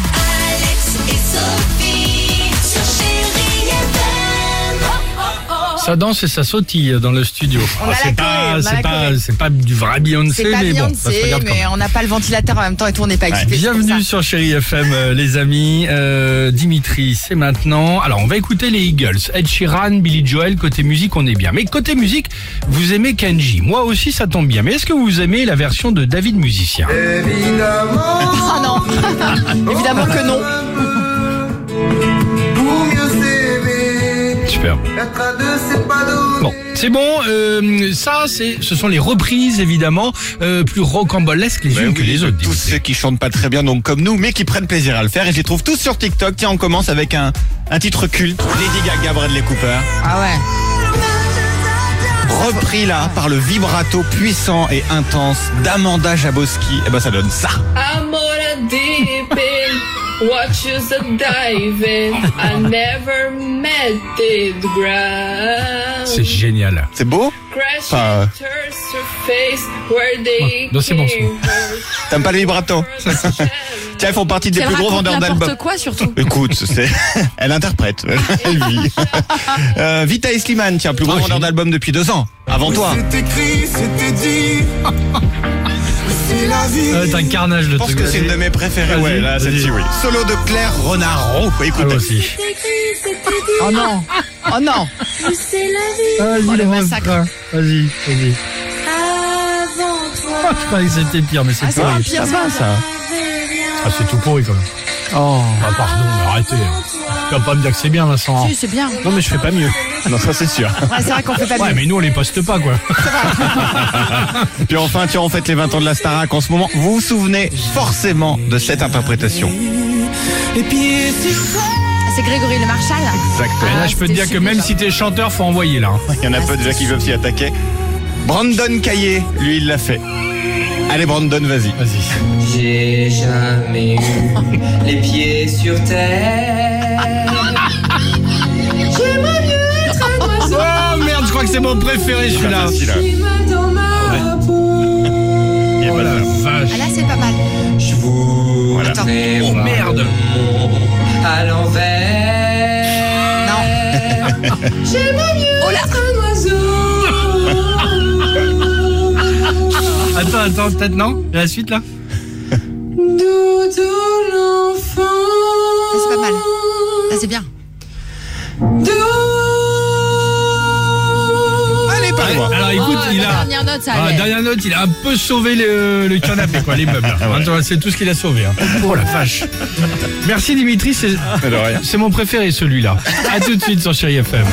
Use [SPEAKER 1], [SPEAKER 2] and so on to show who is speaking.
[SPEAKER 1] Oh,
[SPEAKER 2] ça danse et ça sautille dans le studio.
[SPEAKER 3] On a la
[SPEAKER 2] Ah, c'est
[SPEAKER 3] Corée,
[SPEAKER 2] pas,
[SPEAKER 3] on a
[SPEAKER 2] c'est
[SPEAKER 3] la
[SPEAKER 2] pas,
[SPEAKER 3] Corée.
[SPEAKER 2] c'est pas du vrai
[SPEAKER 3] C'est
[SPEAKER 2] Beyoncé,
[SPEAKER 3] pas
[SPEAKER 2] mais bon, ça se
[SPEAKER 3] Beyoncé,
[SPEAKER 2] regarde quand
[SPEAKER 3] mais
[SPEAKER 2] même.
[SPEAKER 3] on n'a pas le ventilateur en même temps et tout, on n'est pas équipé. c'est pour
[SPEAKER 2] Bienvenue
[SPEAKER 3] ça.
[SPEAKER 2] sur Chéri FM, euh, les amis. Euh, Dimitri, c'est maintenant. Alors, on va écouter les Eagles, Ed Sheeran, Billy Joel. Côté musique, on est bien. Mais côté musique, vous aimez Kenji. Moi aussi, ça tombe bien. Mais est-ce que vous aimez la version de David musicien
[SPEAKER 1] Évidemment,
[SPEAKER 3] Ah non
[SPEAKER 2] Ah,
[SPEAKER 3] Évidemment que
[SPEAKER 2] Oh.
[SPEAKER 3] non
[SPEAKER 1] pour mieux s'aimer,
[SPEAKER 2] Super.
[SPEAKER 1] être à deux, c'est pas donné.
[SPEAKER 2] Bon, c'est bon. euh, ça, c'est, ce sont les reprises évidemment euh, plus rocambolesques les unes
[SPEAKER 4] Ouais,
[SPEAKER 2] que
[SPEAKER 4] Ben oui,
[SPEAKER 2] les autres.
[SPEAKER 4] Tous
[SPEAKER 2] Dimitri.
[SPEAKER 4] ceux qui chantent pas très bien, donc comme nous, mais qui prennent plaisir à le faire. Et je les trouve tous sur TikTok. Tiens, on commence avec un, un titre culte. Lady Gaga, Bradley Cooper.
[SPEAKER 3] Ah ouais
[SPEAKER 4] Repris là par le vibrato puissant et intense d'Amanda Jaboski. Et ben, ça donne ça.
[SPEAKER 5] I'm on a deep end, watch us a diving. I never met the ground.
[SPEAKER 2] C'est génial.
[SPEAKER 4] C'est beau?
[SPEAKER 5] Crash
[SPEAKER 4] Enfin,
[SPEAKER 5] into her surface where they
[SPEAKER 2] non, c'est bon, c'est bon.
[SPEAKER 5] came.
[SPEAKER 4] T'aimes pas le vibrato? Tiens, ils font partie des
[SPEAKER 6] Qu'elle
[SPEAKER 4] plus gros
[SPEAKER 6] raconte
[SPEAKER 4] vendeurs d'albums.
[SPEAKER 6] n'importe quoi surtout.
[SPEAKER 4] Écoute, c'est, elle interprète, elle vit. Euh, Vita et Slimane, tiens, plus gros
[SPEAKER 2] Oh,
[SPEAKER 4] vendeur
[SPEAKER 2] j'ai-
[SPEAKER 4] d'albums depuis deux ans. Avant toi.
[SPEAKER 1] C'est écrit, c'était dit. C'est la vie.
[SPEAKER 2] Euh, T'as un carnage de
[SPEAKER 4] Je pense
[SPEAKER 2] trucs.
[SPEAKER 4] que c'est une de mes préférées.
[SPEAKER 2] Vas-y,
[SPEAKER 4] Ouais, là,
[SPEAKER 2] vas-y.
[SPEAKER 4] celle-ci, oui. Solo de Claire Renaro.
[SPEAKER 2] Ah,
[SPEAKER 4] Écoute,
[SPEAKER 2] moi aussi.
[SPEAKER 1] C'est écrit, c'était dit.
[SPEAKER 3] Oh non Oh non
[SPEAKER 1] C'est la vie.
[SPEAKER 2] Ah, Vas-y,
[SPEAKER 3] le
[SPEAKER 2] le
[SPEAKER 3] massacre.
[SPEAKER 2] refrain. Vas-y, vas-y.
[SPEAKER 1] Avant
[SPEAKER 2] Ah,
[SPEAKER 1] toi,
[SPEAKER 2] je croyais que c'était pire, mais c'est
[SPEAKER 3] Ah, c'est
[SPEAKER 2] pas
[SPEAKER 3] pas
[SPEAKER 2] horrible.
[SPEAKER 3] pire ça
[SPEAKER 1] j'avais rien.
[SPEAKER 2] Ah, c'est tout pourri quand même.
[SPEAKER 3] Oh
[SPEAKER 2] Ah, pardon, mais arrêtez. hein. Tu vas pas me dire que Ah, c'est bien, Vincent.
[SPEAKER 6] Si, c'est bien.
[SPEAKER 2] Non, mais je fais pas mieux.
[SPEAKER 4] non, ça c'est sûr.
[SPEAKER 3] Ouais, Ah, C'est vrai qu'on fait pas
[SPEAKER 2] Ouais,
[SPEAKER 3] mieux.
[SPEAKER 2] mais nous, on les poste pas, quoi.
[SPEAKER 4] Puis enfin, tiens, on fête les 20 ans de la Starac en ce moment. Vous vous souvenez forcément de cette interprétation.
[SPEAKER 3] Ah,
[SPEAKER 6] C'est Grégory Le Marchal.
[SPEAKER 2] Et
[SPEAKER 4] Exactement.
[SPEAKER 2] là, je peux te dire que même si t'es chanteur, faut envoyer, là. hein.
[SPEAKER 4] Il y en a peu déjà qui veulent s'y attaquer. Brandon Caillé, lui, il l'a fait. Allez, Brandon, vas-y.
[SPEAKER 2] Vas-y.
[SPEAKER 7] J'ai jamais eu les pieds sur terre.
[SPEAKER 2] Oh merde, je crois que c'est mon préféré, celui-là.
[SPEAKER 4] Facile, hein.
[SPEAKER 7] Dans ma peau.
[SPEAKER 4] Il y a
[SPEAKER 2] Oh
[SPEAKER 4] pas
[SPEAKER 2] la
[SPEAKER 4] de-
[SPEAKER 2] vache.
[SPEAKER 3] Ah, Là c'est pas mal.
[SPEAKER 7] Je vous
[SPEAKER 4] Voilà.
[SPEAKER 7] voudrais
[SPEAKER 2] Oh,
[SPEAKER 7] voir
[SPEAKER 2] merde.
[SPEAKER 7] le monde à l'envers. Non. J'aimerais mieux être un oiseau.
[SPEAKER 2] Attends, attends, peut-être non La suite, là
[SPEAKER 7] Doudou
[SPEAKER 3] Ça,
[SPEAKER 7] l'enfant.
[SPEAKER 3] Ah, C'est pas mal. Ça c'est bien.
[SPEAKER 7] Doudou.
[SPEAKER 4] Allez, pas moi.
[SPEAKER 2] Alors, écoute,
[SPEAKER 6] Oh,
[SPEAKER 2] il
[SPEAKER 6] la
[SPEAKER 2] a...
[SPEAKER 6] dernière note, ça
[SPEAKER 2] Ah,
[SPEAKER 6] allait.
[SPEAKER 2] dernière note, il a un peu sauvé le, le canapé, quoi, les meubles. Hein, tu vois, C'est tout ce qu'il a sauvé. Hein. Oh la vache. Merci Dimitri, c'est
[SPEAKER 4] Mais de rien.
[SPEAKER 2] c'est mon préféré celui-là. À tout de suite sur Chéri FM.